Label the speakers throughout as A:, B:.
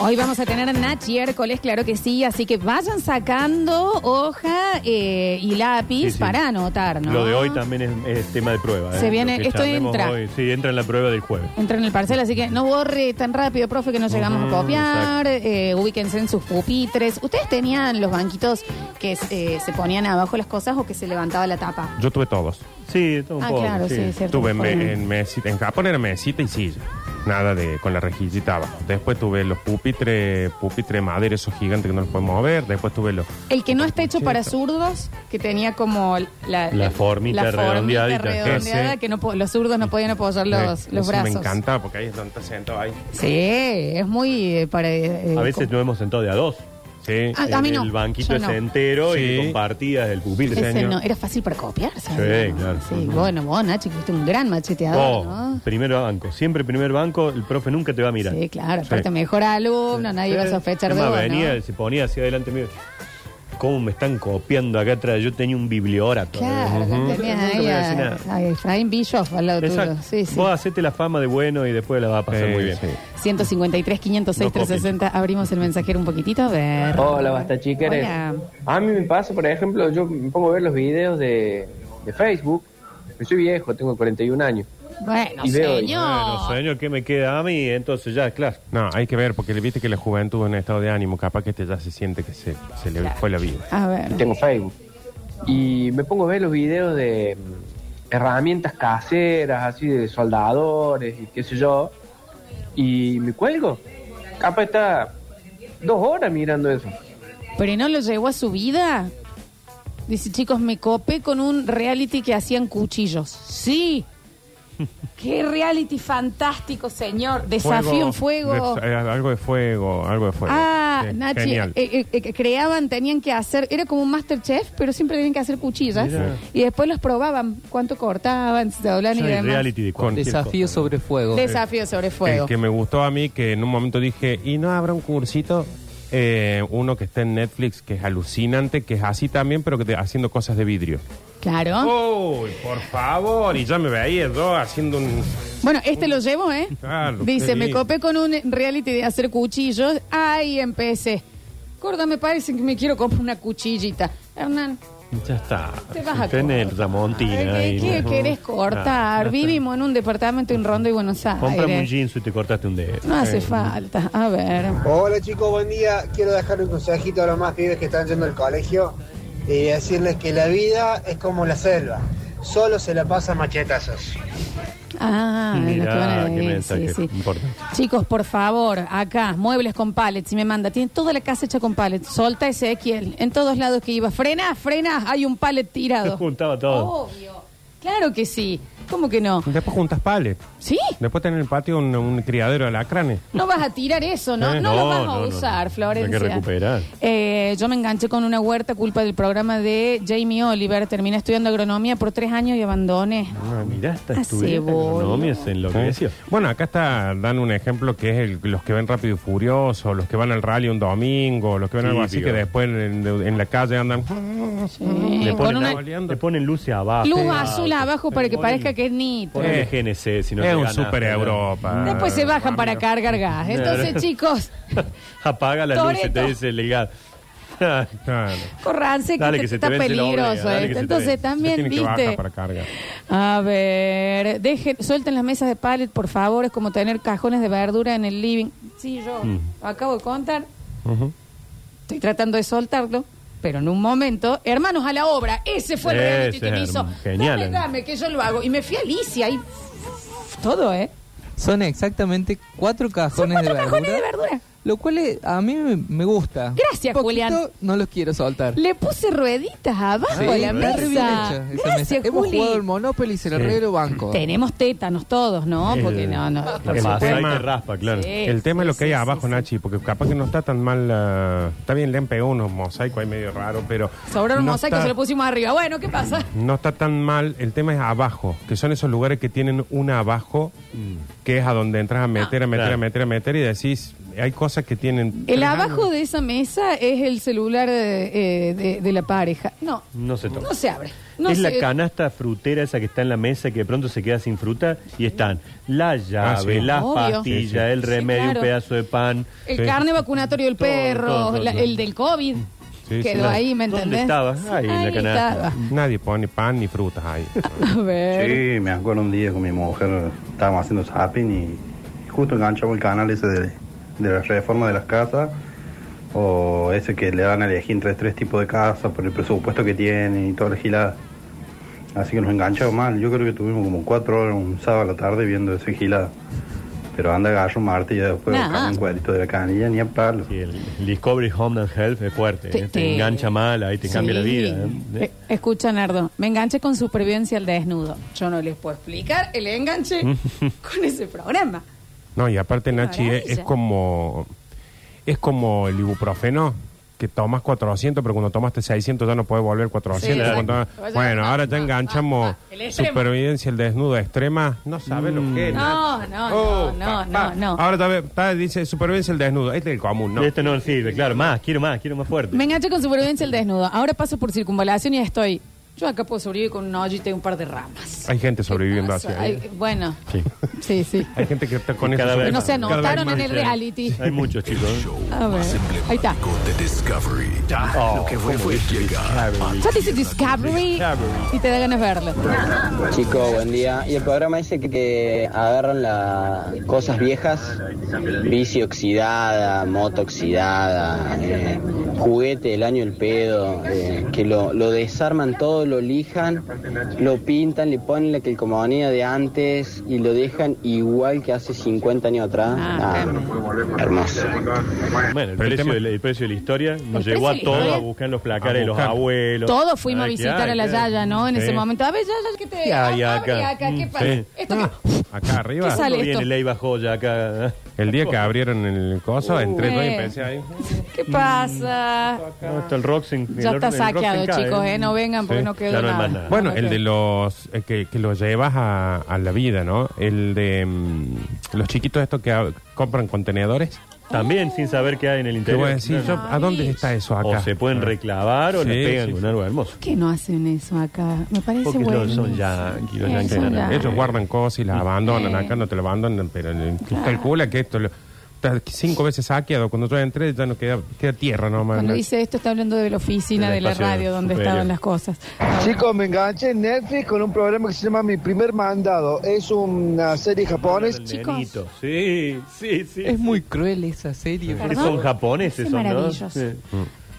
A: Hoy vamos a tener Nachiércoles, claro que sí, así que vayan sacando hoja eh, y lápiz
B: Sí, sí.
A: para anotar, ¿no?
B: Lo de hoy también es, es tema de prueba. ¿eh?
A: Se viene-
B: Lo que
A: esto
B: charlemos
A: entra.
B: hoy, sí, entra en la prueba del jueves.
A: Entra en el parcel, así que no borre tan rápido, profe, que no llegamos
B: Ujú,
A: a copiar. eh, ubíquense en sus pupitres. ¿Ustedes tenían los banquitos que eh, se ponían abajo las cosas o que se levantaba la tapa?
C: Yo tuve todos.
B: Sí, todo un
A: Ah,
B: poco.
A: claro, sí, es cierto.
C: Tuve en, me-
A: Ponen-
C: en mesita, en Japón era mesita y silla. Nada de con la rejillita abajo. Después tuve los pupitres, pupitre madera, esos gigantes que no los podemos mover. Después tuve los.
A: El que no está hecho para zurdos, que tenía como la,
B: La formita
A: la
B: redondeadita.
A: redondeada,
C: Ese.
A: que no po- los zurdos no podían apoyar los,
C: Eh,
A: los
C: eso
A: brazos.
C: Me encanta porque ahí es donde está sentado ahí.
A: Sí, es muy eh, para. eh,
B: A veces nos hemos sentado de a dos.
C: Sí.
A: Ah, a mí
B: El-
A: no,
B: El
A: yo
B: banquito es
A: no.
B: entero y
C: Sí.
B: compartías el pupitre.
A: Ese
C: señor.
A: no, era fácil para copiar, ¿sabes?
B: Sí, claro.
A: Sí, bueno, vos, Nachi, que fuiste un gran macheteador,
B: Vos,
A: ¿no?
B: Oh, primer banco. Siempre primer banco, el profe nunca te va a mirar.
A: Sí, claro, aparte mejor alumno, nadie va a sospechar de
B: Además,
A: vos, ¿no?
B: venía, se ponía hacia adelante mío. ¿Cómo me están copiando acá atrás? Yo tenía un bibliorato.
A: Claro,
B: Ujú.
A: tenías
B: Nunca me
A: ahí
B: iba a
A: a,
B: decir nada.
A: a Efraín Bischoff al lado
B: Exacto.
A: tuyo. Sí, sí.
B: Vos hacete la fama de bueno y después la vas a pasar
C: Sí,
B: muy bien.
C: sí.
A: 153, 506,
B: No copies.
A: 360. Abrimos el mensajero un poquitito, a ver.
D: Hola, basta chiqueres.
A: Hola.
D: A mí me pasa, por ejemplo, yo me pongo a ver los videos de, de Facebook. Yo soy viejo, tengo 41 años.
A: Bueno,
D: Y veo-
A: señor.
B: Bueno, señor, ¿qué me queda a mí? Entonces ya, claro.
C: No, hay que ver porque le viste que la juventud en estado de ánimo, capaz que este ya se siente que se, se le fue la vida.
A: A
D: y
A: ver.
D: Tengo Facebook. Y me pongo a ver los videos de mm, herramientas caseras, así de soldadores y qué sé yo. Y me cuelgo. Capaz está dos horas mirando eso.
A: Pero ¿y no lo llevó a su vida. Dice, chicos, me copé con un reality que hacían cuchillos. Sí. Qué reality fantástico, señor. Desafío en fuego.
C: de- eh, algo de fuego, algo de fuego.
A: Ah,
C: Sí,
A: Nachi,
C: Genial.
A: eh, eh, eh, creaban, tenían que hacer, era como un Masterchef, pero siempre tenían que hacer cuchillas.
B: Mira.
A: Y después los probaban, cuánto cortaban, si se doblaban y
B: Ya hay
A: demás.
B: reality de cualquier
E: Desafío
B: cosa.
E: sobre fuego.
A: Desafío sobre fuego.
C: El que me gustó a mí, que en un momento dije, ¿y no habrá un cursito? eh, uno que está en Netflix, que es alucinante, que es así también, pero que te- haciendo cosas de vidrio.
A: Claro.
C: Uy, por favor, y ya me veía yo haciendo un...
A: Bueno, este lo llevo, ¿eh?
C: Claro,
A: Dice,
C: qué
A: me
C: lindo.
A: copé con un reality de hacer cuchillos. Ahí empecé. Gorda, me parece que me quiero comprar una cuchillita. Hernán,
B: Ya está.
A: te vas a
B: Tenés
A: cortar.
B: Ramontina
A: Ay,
B: ahí.
A: ¿Qué,
B: Ujú.
A: querés
B: Ah, ya
A: cortar?
B: está.
A: Vivimos en un departamento en Rondo y Buenos
B: Comprame un
A: Aires.
B: jeans y te cortaste un dedo.
A: No hace
B: Eh,
A: falta. A ver.
F: Hola chicos, buen día. Quiero dejar un consejito a los más pibes que están yendo al colegio y decirles que la vida es como la selva, solo se la pasa a machetazos.
A: Ah,
B: Mirá,
A: lo que van a
B: qué
A: decir,
B: mensaje
A: sí, sí.
B: importante.
A: Chicos, por favor, acá, muebles con pallets, si me manda, tienen toda la casa hecha con pallets. Solta Ezequiel, en todos lados que iba. Frena, frena, hay un pallet tirado.
B: Se juntaba todo.
A: Obvio. Claro que sí. ¿Cómo que no?
C: Después juntas pales.
A: ¿Sí?
C: Después tenés en el patio un, un criadero de alacranes.
A: No vas a tirar eso, ¿no?
B: Eh,
A: no, lo
B: no,
A: vas a
B: no, no.
A: usar, Florencia.
B: Hay que recuperar.
A: Eh, yo me enganché con una huerta culpa del programa de Jamie Oliver. Terminé estudiando agronomía por tres años y abandoné.
B: Ah, mirá, está
A: Hace
B: estudiando
A: boludo.
B: economía, se enloqueció.
C: ¿Eh? Bueno, acá está, dan un ejemplo que es el- los que ven Rápido y Furioso, los que van al rally un domingo, los que ven algo así,
B: Típico.
C: que después en, en la calle andan...
A: Sí,
B: Le
A: Eh, con
B: ponen,
A: una
B: agua- le ponen luces abajo.
A: luz
B: Ah,
A: azul abajo para que
B: ponen-
A: parezca que es nita.
B: Ponele
C: Eh,
B: GNC, si no
C: es
B: te
C: un
B: ganaste,
C: Super
B: ¿no?
C: Europa.
A: Después se bajan para
C: acá
A: cargar gas. Entonces,
B: Ah. Claro.
A: chicos,
B: Apaga la luz, te
A: Toreto.
B: dice el legal.
C: Claro.
A: corranse que,
B: Dale
A: te-
B: que se
A: está
B: te vence la
A: peligroso.
B: oreja, dale
A: esto.
B: que se te
A: Entonces,
B: vence.
C: Se
A: también,
C: tiene que
A: viste.
C: bajar para cargar.
A: A ver, dejen, suelten las mesas de pallet, por favor. Es como tener cajones de verdura en el living. Sí, yo
B: Mm.
A: acabo de contar.
C: Ujú.
A: Estoy tratando de soltarlo, pero en un momento, hermanos a la obra, ese fue el
B: Ese
A: reality que me
B: es
A: hizo.
B: herm- genial,
A: Dame,
B: eh.
A: dame, que yo lo hago. Y me fui a Alicia y todo, ¿eh?
E: Son exactamente cuatro
A: Son
E: cajones
A: cuatro
E: de verdura.
A: cajones de verdura.
E: Lo cual es- a mí me- me gusta.
A: Gracias,
E: Un poquito
A: Julián.
E: No los quiero soltar.
A: Le puse rueditas abajo
E: Sí,
A: a la
E: está
A: mesa.
E: re bien hecha esa mesa.
A: Gracias,
E: Hemos
A: Juli.
E: jugado el Monopoly y se lo
B: Sí.
E: arreglo banco.
A: Tenemos tétanos todos, ¿no? Porque
B: El-
A: no, no.
B: El masa y
C: tema-
B: te raspa, claro.
A: Sí.
C: El tema es lo que hay
A: sí,
C: abajo,
A: sí, sí.
C: Nachi, porque capaz que no está tan mal. ah, está bien, le han pegado unos mosaicos ahí medio raro, pero.
A: Sobraron
C: no
A: mosaicos,
C: está-
A: se lo pusimos arriba. Bueno, ¿qué pasa?
C: No está tan mal, el tema es abajo, que son esos
A: Ah.
C: lugares que tienen una abajo, que es a donde entras a meter, a meter,
B: Mm. Claro.
C: a meter, a meter y decís, hay cosas que tienen.
A: El
C: tres
A: abajo
C: años.
A: de esa mesa es el celular eh, eh, de, de la pareja. No,
B: No se toca.
A: no se abre. No
B: es la
A: se-
B: canasta frutera esa que está en la mesa que de pronto se queda sin fruta y están la llave,
C: Ah, sí.
B: las
A: Obvio.
B: pastillas,
C: Sí, sí.
B: el
A: Sí,
B: remedio,
A: claro.
B: un pedazo de pan.
A: El
C: Sí.
A: carne vacunatorio del
B: Todo,
A: perro,
B: todo, todo,
A: la-
B: todo.
A: el del COVID.
C: Sí,
A: quedó
C: sí.
A: ahí, ¿me
B: ¿Dónde
A: entendés?
B: estaba?
A: Sí,
B: Ahí, en la canasta.
A: estaba.
C: Nadie pone pan ni frutas ahí.
A: A ver.
G: Sí, me acuerdo un día con mi mujer, estábamos haciendo zapping y justo enganchamos el canal ese de, de la reforma de las casas, o ese que le dan a elegir entre tres tipos de casas por el presupuesto que tienen y toda la gilada. Así que nos enganchamos mal, yo creo que tuvimos como cuatro horas un sábado a la tarde viendo ese gilada. Pero anda agarro un martes y ya después
A: Nah.
G: buscamos un cuadrito de la canilla ni a palo.
B: Sí, el, el Discovery Home and Health es fuerte. ¿eh?
A: Te-
B: Te,
A: te-
B: engancha mal, ahí te cambia la vida. ¿eh?
A: Eh, Escucha, Nardo, me enganché con supervivencia al desnudo. Yo no les puedo explicar el enganche con ese programa.
C: No, y aparte, Nachi, es,
A: maravilla.
C: es como. Es como el ibuprofeno que tomas 400, pero cuando tomaste 600 ya no puedes volver 400.
A: Sí,
C: Cuando-
A: exacto.
C: bueno, ahora
A: Ah,
C: ya
A: ah,
C: enganchamos
A: ah, el extremo. Mm.
C: supervivencia, el desnudo extrema. No sabe lo que es.
A: No, no, no,
C: Oh,
A: no,
C: pa,
A: no,
C: pa.
A: no.
C: Ahora está- está- dice supervivencia el desnudo. Este es el común, ¿no?
B: Este no sirve, claro. Más, quiero más, quiero más fuerte.
A: Me enganché con supervivencia al desnudo. Ahora paso por circunvalación y estoy. Yo acá puedo sobrevivir con un hoyito y un par de ramas.
C: Hay gente sobreviviendo así. ¿eh?
A: Ay,
C: Hay,
A: bueno,
B: Sí.
A: sí, sí.
C: hay gente que está con
B: Y
C: eso.
B: cada vez
A: No
B: más.
A: se
C: cada vez
A: anotaron
C: más.
A: en el reality.
B: Hay muchos chicos. ¿eh?
A: A ver. Ahí está.
H: de Discovery. Oh, lo que fue fue llega.
A: Ya dice Discovery y te da ganas verlo.
I: Chicos, buen día. Y el programa dice que agarran las cosas viejas, bici oxidada, moto oxidada, eh, juguete del año el pedo, eh, que lo, lo desarman todo, lo lijan, lo pintan, le ponen la calcomanía de antes y lo dejan igual que hace 50 años atrás.
A: Ah,
I: Ah, hermoso.
B: Bueno, el
C: Pero el
B: precio,
C: tema-
B: de la- el precio de la historia nos
A: precio
B: llevó
A: de
B: a
A: la
B: todos
A: historia.
B: a buscar los placares
C: A
B: de los
C: buscar.
B: abuelos.
A: Todos fuimos a
B: Ay, ¿qué
A: visitar
B: hay?
A: a la
B: ¿Qué
A: Yaya,
B: hay?
A: ¿no? En ese
B: Sí.
A: momento. A ver, Yaya, ¿qué te
B: ¿Qué hay
A: ah,
B: acá?
A: abre acá? ¿Qué
B: Mm,
A: pasa?
B: sí.
A: ¿Esto
C: Ah. Acá
A: ¿Qué
C: arriba.
A: sale?
B: Uno viene
A: esto.
B: Leiva Joya acá. ¿eh?
C: El día que abrieron el coso, entré yo y
A: Eh.
C: empecé ahí.
A: qué, qué pasa?
B: No, está el Roxen.
A: Ya está saqueado, chicos, ¿eh? No vengan porque
C: Sí,
A: no quedó
B: ya no hay
A: nada.
B: más nada.
C: Bueno,
A: Ah,
C: el
A: ok.
C: de los eh, que, que lo llevas a, a la vida, ¿no? El de mm, los chiquitos estos que ah, compran contenedores.
B: También sin saber qué hay en el
C: Que
B: interior.
C: voy a decir, yo, ¿a dónde está eso acá?
B: O se pueden reclavar o
C: Sí,
B: le pegan
C: sí,
B: con
C: sí.
B: algo hermoso.
A: ¿Por qué no hacen eso acá? Me parece
B: Porque
A: bueno.
B: los- son yanquis, los
A: Eh,
B: yanquis
A: son
B: ganan.
A: yanquis.
C: Ellos guardan cosas y las abandonan, acá no te lo abandonan, pero eh, tú calcula que esto lo- está cinco veces saqueado. Cuando yo entré ya no queda, queda tierra nomás.
A: Cuando dice esto está hablando de la oficina
B: Del
A: de la
B: espacio
A: radio donde
B: superior.
A: estaban las cosas.
F: Chicos, me enganché en Netflix con un programa que se llama Mi Primer Mandado. Es una serie japonesa.
B: El
A: Pues, Chicos.
B: nenito. Sí, sí, sí.
E: Es muy cruel esa serie.
B: Que
A: ¿Perdón?
B: son japoneses,
A: Es
B: son, ¿no?
A: maravilloso.
B: Sí.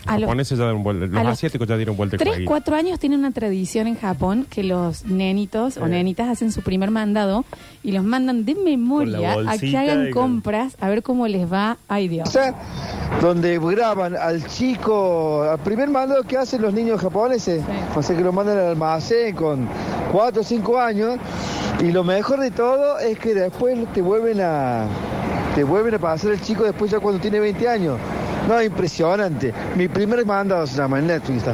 A: A
C: los
A: los-
C: japoneses ya dieron vuelta,
A: a
C: los
A: los
C: asiáticos ya dieron vuelta el
A: Tres,
C: jueguito.
A: cuatro años tiene una tradición en Japón que los nenitos o nenitas hacen su primer mandado y los mandan de memoria a que
B: bolsita
A: hagan
B: y con-
A: compras a ver cómo les va. Ay Dios.
F: Donde graban al chico, al primer mandado que hacen los niños japoneses.
A: Sí.
F: O sea que lo mandan al almacén con 4 o 5 años. Y lo mejor de todo es que después te vuelven a. Te vuelven a pasar el chico después ya cuando tiene 20 años. No, impresionante. Mi primer mandado se llama en Netflix. está.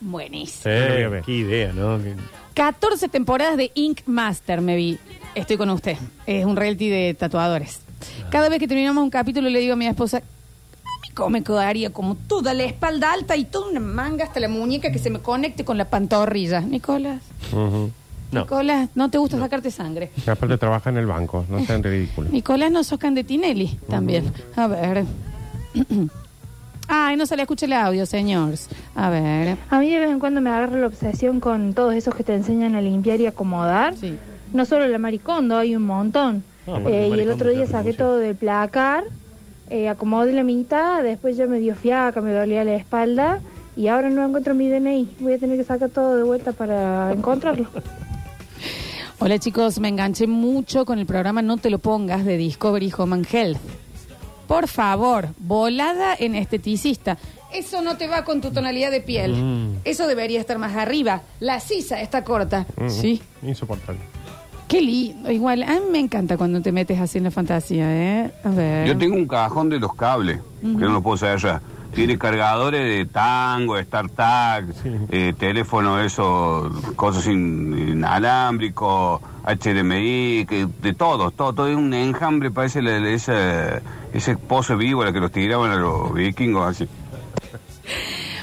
A: Buenísimo.
B: Eh, qué idea, ¿no? Que-
A: 14 temporadas de Ink Master me vi. Estoy con usted. Es un reality de tatuadores. Cada vez que terminamos un capítulo le digo a mi esposa, "Cómo me quedaría como toda la espalda alta y toda una manga hasta la muñeca que se me conecte con la pantorrilla. Nicolás,
C: Ujú.
B: No.
A: Nicolás, no te gusta sacarte sangre.
C: Y Aparte trabaja en el banco, no sean ridículos.
A: Nicolás no sos Candetinelli también. A ver. Ay, no se le escucha el audio, señores. A ver.
J: A mí de vez en cuando me agarra la obsesión con todos esos que te enseñan a limpiar y acomodar.
A: Sí.
J: No solo la maricondo, hay un montón.
B: No, Ah, aparte
J: Eh,
B: la
J: y el
B: maricondo
J: otro día
B: es otra
J: saqué
B: cosa.
J: todo del placar, eh, acomodé la mitad, después ya me dio fiaca, me dolía la espalda y ahora no encuentro mi DNI. Voy a tener que sacar todo de vuelta para encontrarlo.
A: Hola chicos, me enganché mucho con el programa No te lo pongas de Discovery Home and Health. Por favor, volada en esteticista. Eso no te va con tu tonalidad de piel. Eso debería estar más arriba. La sisa está corta.
C: Ujú.
A: Sí.
C: Insoportable.
A: Qué lindo. Igual, a mí me encanta cuando te metes así en la fantasía, ¿eh? A ver.
K: Yo tengo un cajón de los cables, que no lo puedo saber ya. Tiene cargadores de tango, StarTag, eh, teléfono, eso, cosas in- inalámbricos, HDMI, que- de todo, todo, todo es un enjambre, parece la- la- esa- ese pozo víbora que los tiraban a los vikingos así.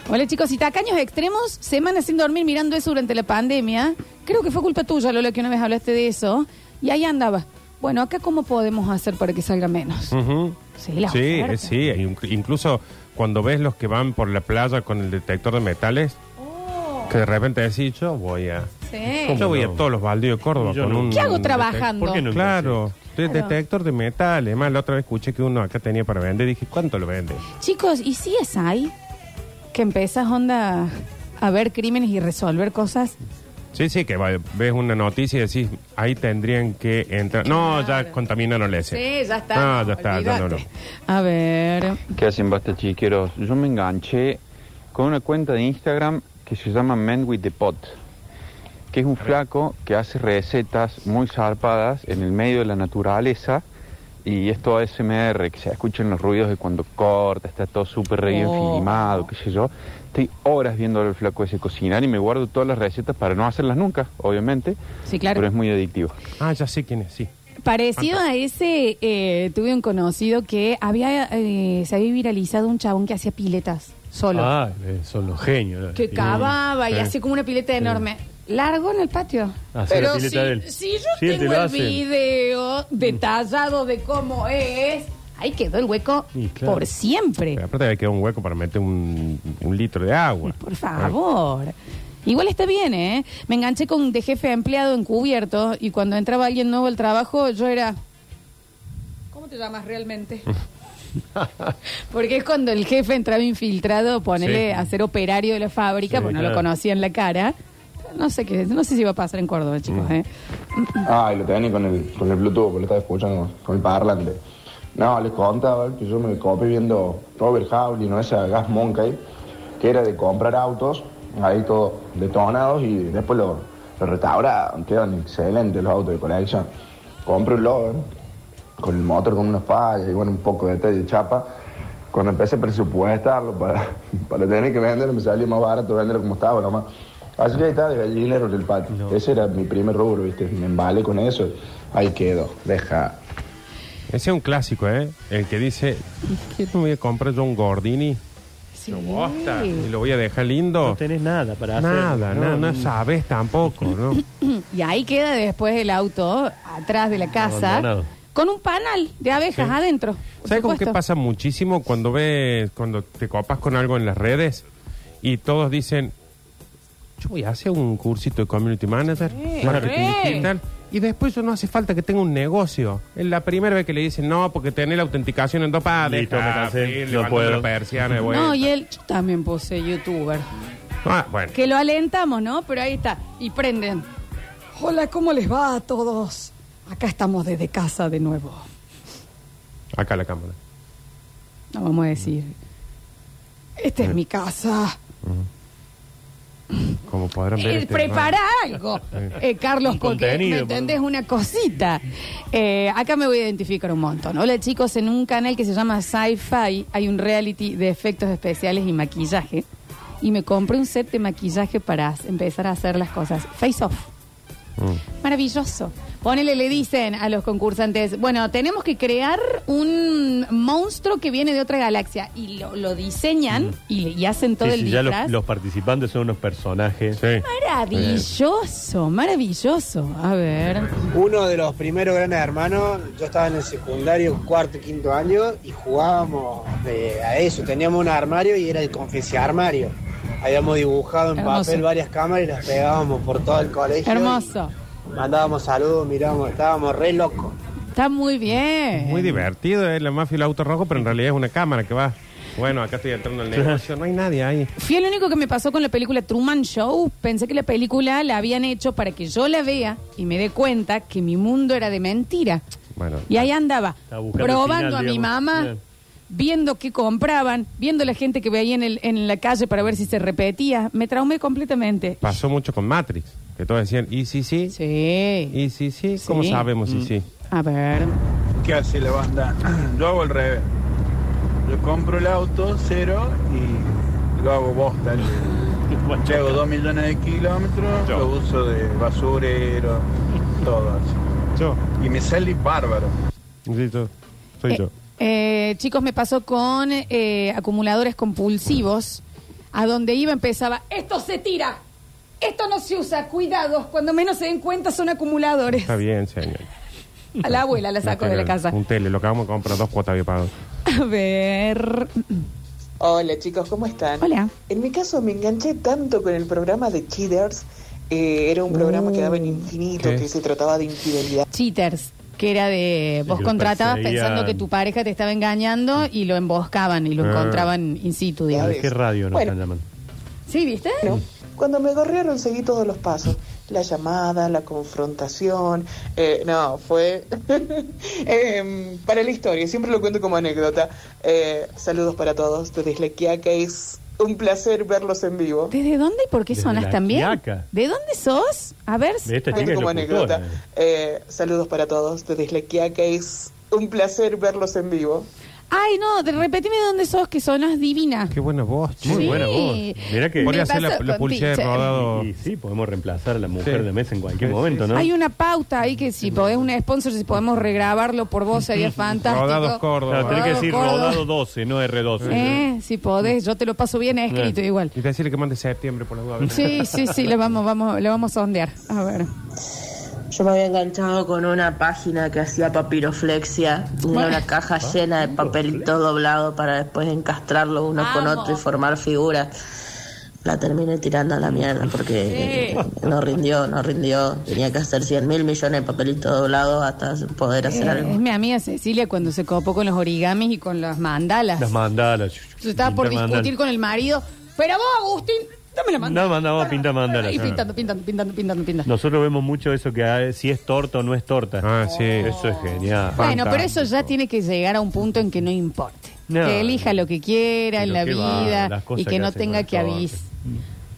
A: Hola chicos, y tacaños extremos, semanas sin dormir mirando eso durante la pandemia. Creo que fue culpa tuya, Lola, que una vez hablaste de eso. Y ahí andaba. Bueno, acá cómo podemos hacer para que salga menos.
C: Ujú.
A: Sí, la
C: sí,
A: oferta.
C: eh, sí, inc- incluso cuando ves los que van por la playa con el detector de metales, que de repente decís, yo voy a...
A: Oh. Sí.
C: Yo voy
B: no?
C: a todos los baldíos de Córdoba
B: Yo
C: con
B: no.
C: un...
A: ¿Qué hago
C: un detec-
A: trabajando? ¿Por qué no
C: claro, de-
A: Claro.
C: detector de metales. Más la otra vez escuché que uno acá tenía para vender. Dije, ¿cuánto lo vende?
A: Chicos, ¿y si es ahí que empezás, onda, a ver crímenes y resolver cosas?
C: Sí, sí, que va- ves una noticia y decís, ahí tendrían que entrar. No, ya contaminaron la escena.
A: Sí, ya está.
C: No, Ah, ya está, ya no, no.
A: Olvídate. A ver.
L: ¿Qué hacen basta chiqueros? Yo me enganché con una cuenta de Instagram que se llama Men with the Pot, que es un flaco que hace recetas muy zarpadas en el medio de la naturaleza y es todo ASMR, que se escuchan los ruidos de cuando corta, está todo súper re bien
M: Oh.
L: filmado, qué sé yo. Estoy horas viendo al flaco ese cocinar y me guardo todas las recetas para no hacerlas nunca, obviamente,
A: Sí, claro.
L: pero es muy adictivo.
C: Ah, ya sé quién es, sí.
A: Parecido a ese, eh, tuve un conocido que había, eh, se había viralizado un chabón que hacía piletas solo.
B: Ah, eh, son los genios.
A: que cavaba y
B: Sí.
A: hacía como una pileta enorme. Largo en el patio.
B: Hacía la
A: Pero si,
B: pileta de él.
A: si yo
B: Sí, te
A: tengo
B: lo Mm.
A: el
B: hacen.
A: video detallado de cómo es, ahí quedó el hueco
C: Y claro.
A: por siempre.
C: Pero aparte había quedado un hueco para meter un, un litro de agua.
A: Por favor. Igual está bien, ¿eh? Me enganché con de jefe a empleado encubierto y cuando entraba alguien nuevo al trabajo, yo era. ¿Cómo te llamas realmente? Porque es cuando el jefe entraba infiltrado, ponele
N: Sí.
A: a ser operario de la fábrica,
N: Sí,
A: porque no lo
N: claro.
A: conocía en la cara. No sé qué, no sé si va a pasar en Córdoba,
B: Mm.
A: chicos, ¿eh?
O: Ah, y lo tenía con el, con el Bluetooth, porque lo estaba escuchando con el parlante. No, les contaba que yo me copé viendo Robert Howley, ¿no? Esa Gas Monkey, que era de comprar autos, ahí todos detonados y después los lo restauraron, quedan excelentes los autos de colección. Compré un Logan, con el motor con unos fallas y bueno, un poco de detalle de chapa. Cuando empecé a presupuestarlo para, para tener que venderlo, me salió más barato venderlo como estaba nomás. Así que ahí estaba de gallinero en el patio. Ese era mi primer rubro, ¿viste? Me embalé con eso. Ahí quedó. Deja.
C: Ese es un clásico, ¿eh? El que dice, ¿qué me voy a comprar yo un Gordini? Pero bosta, Y lo voy a dejar lindo. No
B: tenés nada para hacer.
C: Nada,
B: No,
C: no, no,
B: no.
C: sabes tampoco, ¿no?
A: Y ahí queda después el auto, atrás de la casa,
C: Abandonado.
A: con un panal de abejas
C: Sí.
A: adentro. por
C: ¿Sabes con qué
A: supuesto.
C: pasa muchísimo cuando ves, cuando te copas con algo en las redes y todos dicen, yo voy a hacer un cursito de community manager,
B: Sí,
C: marketing
B: re.
C: digital, y después yo no hace falta que tenga un negocio. Es la primera vez que le dicen, no, porque tenés la autenticación en dos Ah, padres.
B: Listo, me cansé, no puedo.
A: No, y él yo también posee youtuber.
C: Ah, bueno.
A: Que lo alentamos, ¿no? Pero ahí está. Y prenden. Hola, ¿cómo les va a todos? Acá estamos desde casa de nuevo.
C: Acá la cámara.
A: No vamos a decir. Esta
C: Mm.
A: es mi casa.
C: Como podrán ver.
A: Eh,
C: este-
A: prepara algo, eh, Carlos,
C: Un
A: porque
C: contenido,
A: ¿me entendés una cosita. Eh, acá me voy a identificar un montón. Hola chicos, en un canal que se llama Sci-Fi hay un reality de efectos especiales y maquillaje. Y me compré un set de maquillaje para as- empezar a hacer las cosas. Face off.
C: Mm,
A: Maravilloso. Ponele, le dicen a los concursantes, bueno, tenemos que crear un monstruo que viene de otra galaxia. Y lo, lo diseñan y, le- y hacen todo
B: Mm. Sí,
A: el
B: sí, ya los,
A: disfraz.
B: los participantes son unos personajes.
A: Maravilloso, maravilloso. A ver.
P: Uno de los primeros grandes hermanos, yo estaba en el secundario, cuarto, quinto año, y jugábamos eh, a eso. Teníamos un armario y era el confesión armario. Habíamos dibujado en
A: Hermoso.
P: papel varias cámaras y las pegábamos por todo el colegio.
A: Hermoso.
P: y Mandábamos saludos, mirábamos, estábamos re locos.
A: Está muy bien.
C: Muy divertido, ¿eh? es la mafia y el auto rojo, pero en realidad es una cámara que va. Bueno, acá estoy entrando al negocio, no hay nadie ahí.
A: Fui el único que me pasó con la película Truman Show. Pensé que la película la habían hecho para que yo la vea y me dé cuenta que mi mundo era de mentira.
C: Bueno,
A: Y ahí andaba,
C: Estaba buscando el
A: probando
C: final,
A: a mi
C: digamos.
A: mamá,
C: Bien.
A: viendo qué compraban, viendo la gente que veía en, el- en la calle para ver si se repetía. Me traumé completamente.
C: pasó mucho con Matrix, que todos decían, ¿y sí, sí?
A: Sí.
C: ¿Y sí, sí? ¿Cómo
A: Sí. Mm.
C: sabemos si sí?
A: A ver.
Q: ¿Qué hace la banda? Yo hago el revés.
M: Yo compro el auto, cero, y lo hago bosta. Le hago dos millones de kilómetros, lo uso de basurero, todo así. Y me sale bárbaro.
C: Listo. Soy yo.
A: Eh, chicos, me pasó con eh, acumuladores compulsivos. A donde iba empezaba, esto se tira, esto no se usa, cuidado, cuando menos se den cuenta son acumuladores.
C: Está bien, señor.
A: A la abuela la saco de la casa.
C: Un tele, lo acabamos de comprar, dos cuotas había pagado.
A: A ver.
N: Hola chicos, ¿cómo están? Hola. En mi caso me enganché tanto con el programa de Cheaters. eh, era un programa
A: Oh.
N: que daba en infinito,
A: ¿Qué?
N: que se trataba de infidelidad.
A: Cheaters, que era de. Vos
N: que lo
A: contratabas
N: perseguían.
A: pensando que tu pareja te estaba engañando y lo emboscaban y lo
B: Ah.
A: encontraban in situ,
B: A
A: digamos.
B: ver qué radio nos
N: Bueno.
B: están llamando.
A: Sí, ¿viste?
N: Cuando me gorrearon seguí todos los pasos. La llamada, la confrontación. eh, no, fue... em, para la historia, siempre lo cuento como anécdota. Eh, saludos para todos desde la Quiaca. Es un placer verlos en vivo.
A: ¿Desde dónde y por qué
N: Desde
A: sonas
N: la
A: también?
N: Quiaca.
A: ¿De dónde sos? A ver.
N: De
B: Este
N: esta chica como anécdota. Eh, saludos para todos desde la Quiaca. Es un placer verlos en vivo.
A: Ay, no, de- repetime de dónde sos, que sonas divina.
C: Qué buena voz,
B: Muy
A: Sí.
B: buena voz. Mirá que
A: Me Podría hacer la- paso la con pulsera de teacher. rodado.
B: Y sí, podemos reemplazar a la mujer de mesa en cualquier momento, ¿no?
A: Hay una pauta ahí que si podés un sponsor, si podemos regrabarlo por vos, sería fantástico.
B: Claro, tenés que
A: Rodados
B: decir
A: Córdoba.
B: rodado 12, no R12.
A: Eh, si podés, yo te lo paso bien escrito
C: Bien.
A: igual.
C: Y te decirle que mande septiembre por las dudas.
A: Sí, sí, sí, lo vamos, vamos, lo vamos a sondear. A ver.
Q: Yo me había enganchado con una página que hacía papiroflexia, y era una caja llena de papelitos doblados para después encastrarlos uno con
A: Vamos.
Q: otro y formar figuras. La terminé tirando a la mierda porque no rindió, no rindió. Tenía que hacer 100 mil millones de papelitos doblados hasta poder hacer
A: Eh,
Q: algo.
A: es mi amiga Cecilia cuando se copó con los origamis y con las mandalas.
B: Las mandalas.
A: Yo estaba por
B: Pintar
A: discutir
B: mandalas.
A: con el marido. Pero vos, Agustín, dame la mandala.
B: No, mandamos a pintar mandalas.
A: Y
B: no, no.
A: pintando, pintando, pintando, pintando, pintando.
B: Nosotros vemos mucho eso que ah, si es torta o no es torta. Ah, sí. Eso es genial.
A: Bueno, pero eso ya tiene que llegar a un punto en que no importe.
B: No.
A: Que elija lo que quiera en la
B: Pero qué va,
A: vida
B: las cosas
A: y que,
B: que
A: no
B: hacen
A: tenga
B: con
A: que
B: esto.
A: avisar.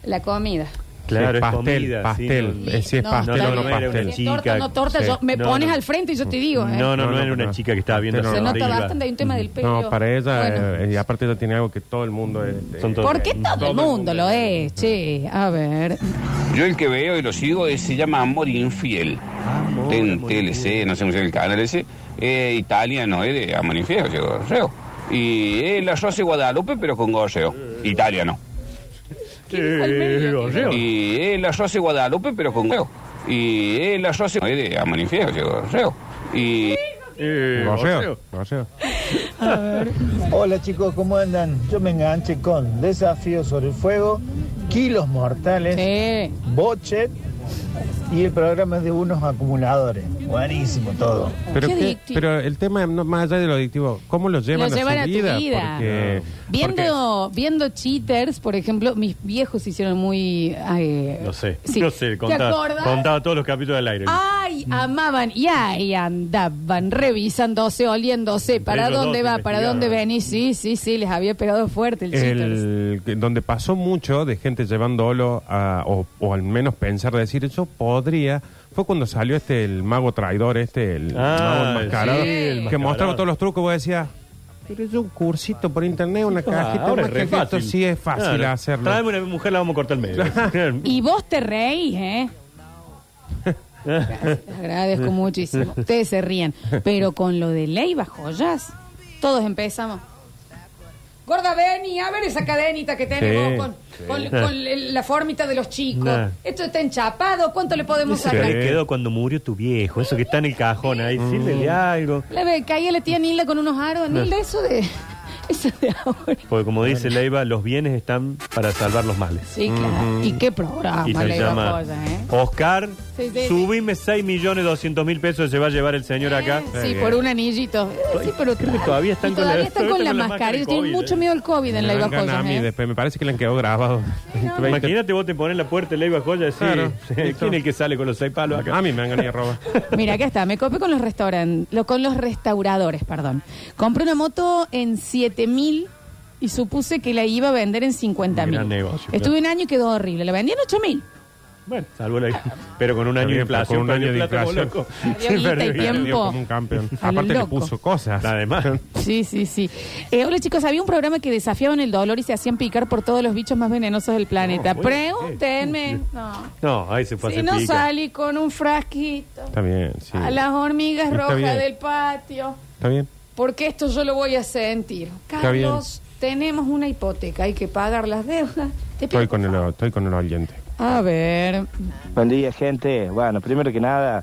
A: La comida.
B: Claro,
C: Sí,
B: es
C: pastel,
B: comida,
C: pastel.
B: sí, no.
C: Eh, si es
A: No,
C: pastel
A: claro.
C: o no
A: No era
C: pastel.
B: una
A: Si es torta o no torta,
B: Sí.
A: yo- me
B: No,
A: pones
B: no.
A: al frente y yo te digo. ¿eh?
B: No, no, no,
C: No, no,
B: era una
C: no.
B: chica que estaba viendo
C: Se
A: Se
B: hacia
A: nota
B: arriba.
A: bastante, hay un tema del pelo.
C: No, para ella,
A: Bueno.
C: eh, y aparte ella tiene algo que todo el mundo... eh, eh,
A: ¿Por qué todo, el mundo lo es? Che, a ver.
K: Yo el que veo y lo sigo es- se llama Amor Infiel. en TLC, no sé cómo se llama el canal ese. Eh, italiano, eh, de Amor Infiel, o sea, gorreo. Y eh, la Rose Guadalupe, pero con gorreo. Italiano. Y eh, la Rose Guadalupe, pero con gorreo. Y eh, la Rose eh, de Amor Infiel, o sea, gorreo. Y...
C: Gorreo, gorreo.
R: Hola chicos, ¿cómo andan? Yo me enganché con Desafío sobre el Fuego, Kilos Mortales, Bochet y el programa de unos acumuladores. Buenísimo todo.
C: Pero, qué- pero el tema, no, más allá de lo adictivo, ¿cómo lo llevan,
A: Lo llevan
C: a
A: a
C: su
A: tu
C: vida?
A: vida.
C: Porque,
A: Viendo, viendo cheaters, por ejemplo, mis viejos se hicieron muy. eh,
B: No sé,
A: Sí.
B: no sé,
A: ¿Te
B: contaba,
A: acordás? Ah.
B: contaba todos los capítulos del aire.
A: Ay, amaban y ahí andaban revisándose, oliéndose, para
C: ellos
A: dónde
C: dos
A: va,
C: se
A: para dónde venís. Sí, sí, sí, les había pegado fuerte el cheater.
C: el, que- donde pasó mucho de gente llevándolo a, o, o al menos pensar decir yo podría fue cuando salió este el mago traidor este el
B: Ah,
C: mago enmascarado
B: sí, el
C: que
B: enmascarado.
C: mostraba todos los trucos vos decías pero yo un cursito por internet una cajita
B: ahora
C: una
B: es re
C: cajita,
B: fácil.
C: sí es fácil
B: Claro.
C: hacerlo
B: Tráeme una mujer, la vamos a cortar el medio.
A: Y vos te reís, ¿eh? Les agradezco muchísimo. Ustedes se ríen. Pero con lo de Leiva Joyas, todos empezamos. Gorda Beni, a ver esa cadenita que tenemos
S: Sí,
A: con,
S: sí.
A: con- con le- la formita de los chicos.
B: Nah.
A: Esto está enchapado, ¿cuánto le podemos
B: Eso que
A: sacar?
B: le quedó cuando murió tu viejo, eso que está en el cajón ahí, sírvele algo.
A: La ve, caía la tía Nilda con unos aros.
B: Nah.
A: Nilda, eso de... Eso de ahora.
B: Porque como dice Leiva, los bienes están para salvar los males.
A: Sí, claro.
B: Ujú.
A: ¿Y qué programa
B: Y se
A: Leiva
B: llama
A: Joyas, eh?
B: Oscar,
A: Sí, sí, sí.
B: subime 6 millones 200 mil pesos, se va a llevar el señor acá.
A: Sí, por un anillito. Eh, Sí, pero
B: Todavía están
A: Y
B: con la-
A: todavía están con la,
B: con
A: mascarilla.
B: la máscara de
A: Tienen
B: COVID, ¿eh?
A: mucho miedo al COVID en
C: Me
A: la
C: dan
A: Iba
C: ganas a mí
A: Joya, ¿eh?
C: después me parece que le han quedado grabado
B: Imagínate vos te pones la puerta de Leiva Joya y decís,
C: Claro. Ah.
B: ¿quién es el que sale con los seis palos acá?
C: a mí me han ganado robar
A: Mira, acá está. Me copé con los restaurantes, lo, con los restauradores, perdón. Compré una moto en 7 mil y supuse que la iba a vender en 50 mil.
B: Gran negocio,
A: Estuve un año y quedó horrible. La vendí en 8 mil.
B: Bueno, salvo la- Pero con un año de
C: bien,
B: inflación.
C: con un
B: perdió
C: año de
B: plata como
C: inflación.
B: loco.
A: Perdió guita y
C: perdió,
A: tiempo.
C: perdió como un campeón.
A: A lo
C: Aparte le
A: loco.
C: puso cosas.
B: Además.
A: Sí, sí, sí. Eh, hola chicos, había un programa que desafiaban el dolor y se hacían picar por todos los bichos más venenosos del planeta.
B: No, bueno,
A: Pregúntenme. No.
B: No, ahí se fue
A: Si
B: a
A: no
B: hacer pica.
A: salí con un frasquito
C: Está bien, sí.
A: a las hormigas
C: Está
A: rojas
C: bien.
A: del patio,
C: Está bien.
A: porque esto yo lo voy a sentir.
C: Está bien.
A: Carlos, tenemos una hipoteca, hay que pagar las deudas. Te pido-
C: Estoy con, el, estoy con el oyente.
A: A ver.
S: Buen día, gente. Bueno, primero que nada,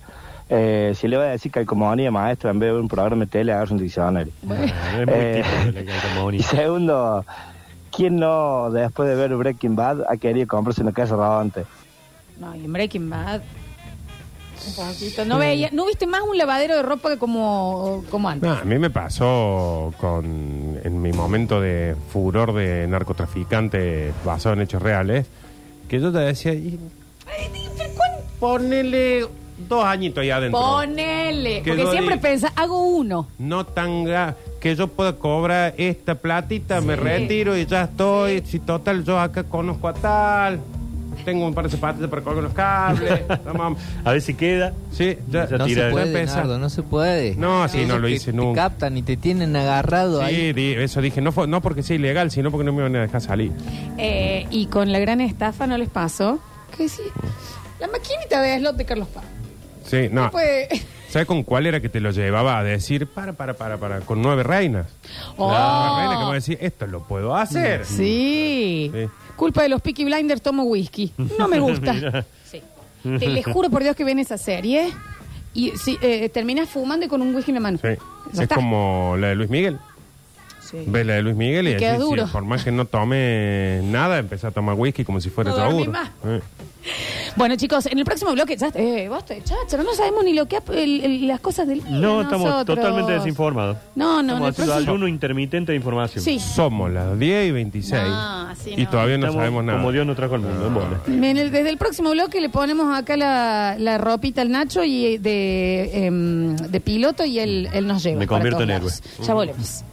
S: eh, si le voy a decir calcomanía, maestro, en vez de ver un programa de tele, hagas un diccionario. Eh, y segundo, ¿quién no, después de ver Breaking Bad, ha querido comprarse una casa rodante?
A: No, y en Breaking Bad. Un poquito. No, veía, no viste más un lavadero de ropa que como, como antes.
C: No, a mí me pasó con en mi momento de furor de narcotraficante basado en hechos reales, que yo te decía, y ponele dos añitos ahí adentro.
A: Ponele.
C: Que
A: Porque
C: yo
A: siempre
C: di-
A: pensás, hago uno.
C: no tan gra- que yo pueda cobrar esta platita, me
A: Sí.
C: retiro y ya estoy. Si total, yo acá conozco a tal, tengo un par de zapatillas para colgar los cables.
B: a ver si queda.
C: Sí, ya,
E: No se puede, Nardo, no se puede.
C: No,
E: así
C: así no lo hice
E: Te
C: nunca.
E: captan y te tienen agarrado
C: Sí,
E: ahí.
C: di- eso dije, no, fue- no porque sea ilegal, sino porque no me van a dejar salir.
A: Eh, y con la gran estafa no les pasó. Que sí. La maquinita de slot de Carlos Paz.
C: Sí, no.
A: Pues.
C: ¿Sabes con cuál era que te lo llevaba a decir, para, para, para, para, con nueve reinas?
A: Oh.
C: Las reinas que vos decís, esto lo puedo hacer.
A: Sí.
C: Sí.
A: Culpa de los Peaky Blinders, tomo whisky. No me gusta.
C: Mira.
A: Sí. Te les juro por Dios que ven esa serie. Y si, eh, terminas fumando y con un whisky en la mano.
C: Sí.
A: Ya
C: Es
A: está.
C: como la de Luis Miguel.
A: Sí.
C: Ves la de Luis Miguel y,
A: Y queda
C: decís,
A: duro.
C: sí, por más que no tome nada, empezás a tomar whisky como si fuera
A: No dormí
C: yogur.
A: más.
C: Eh.
A: Bueno, chicos, en el próximo bloque, ya, eh, basta, chacho, no sabemos ni lo que ha- el- el- las cosas del.
B: No, estamos
A: nosotros.
B: totalmente desinformados.
A: No, no, en el
B: estamos haciendo
A: próximo-
B: ayuno intermitente de información.
A: Sí.
C: Somos las 10 y 26
A: No, Ah, así
C: y
A: no.
C: todavía no
B: Estamos
C: sabemos nada.
B: como Dios nos trajo al mundo, en bola.
A: En el- desde el próximo bloque le ponemos acá la, la ropita al Nacho y eh, de, em, de piloto y él, él nos lleva.
B: Me
A: para
B: convierto
A: todos
B: en
A: lados.
B: héroe.
A: Ya volvemos.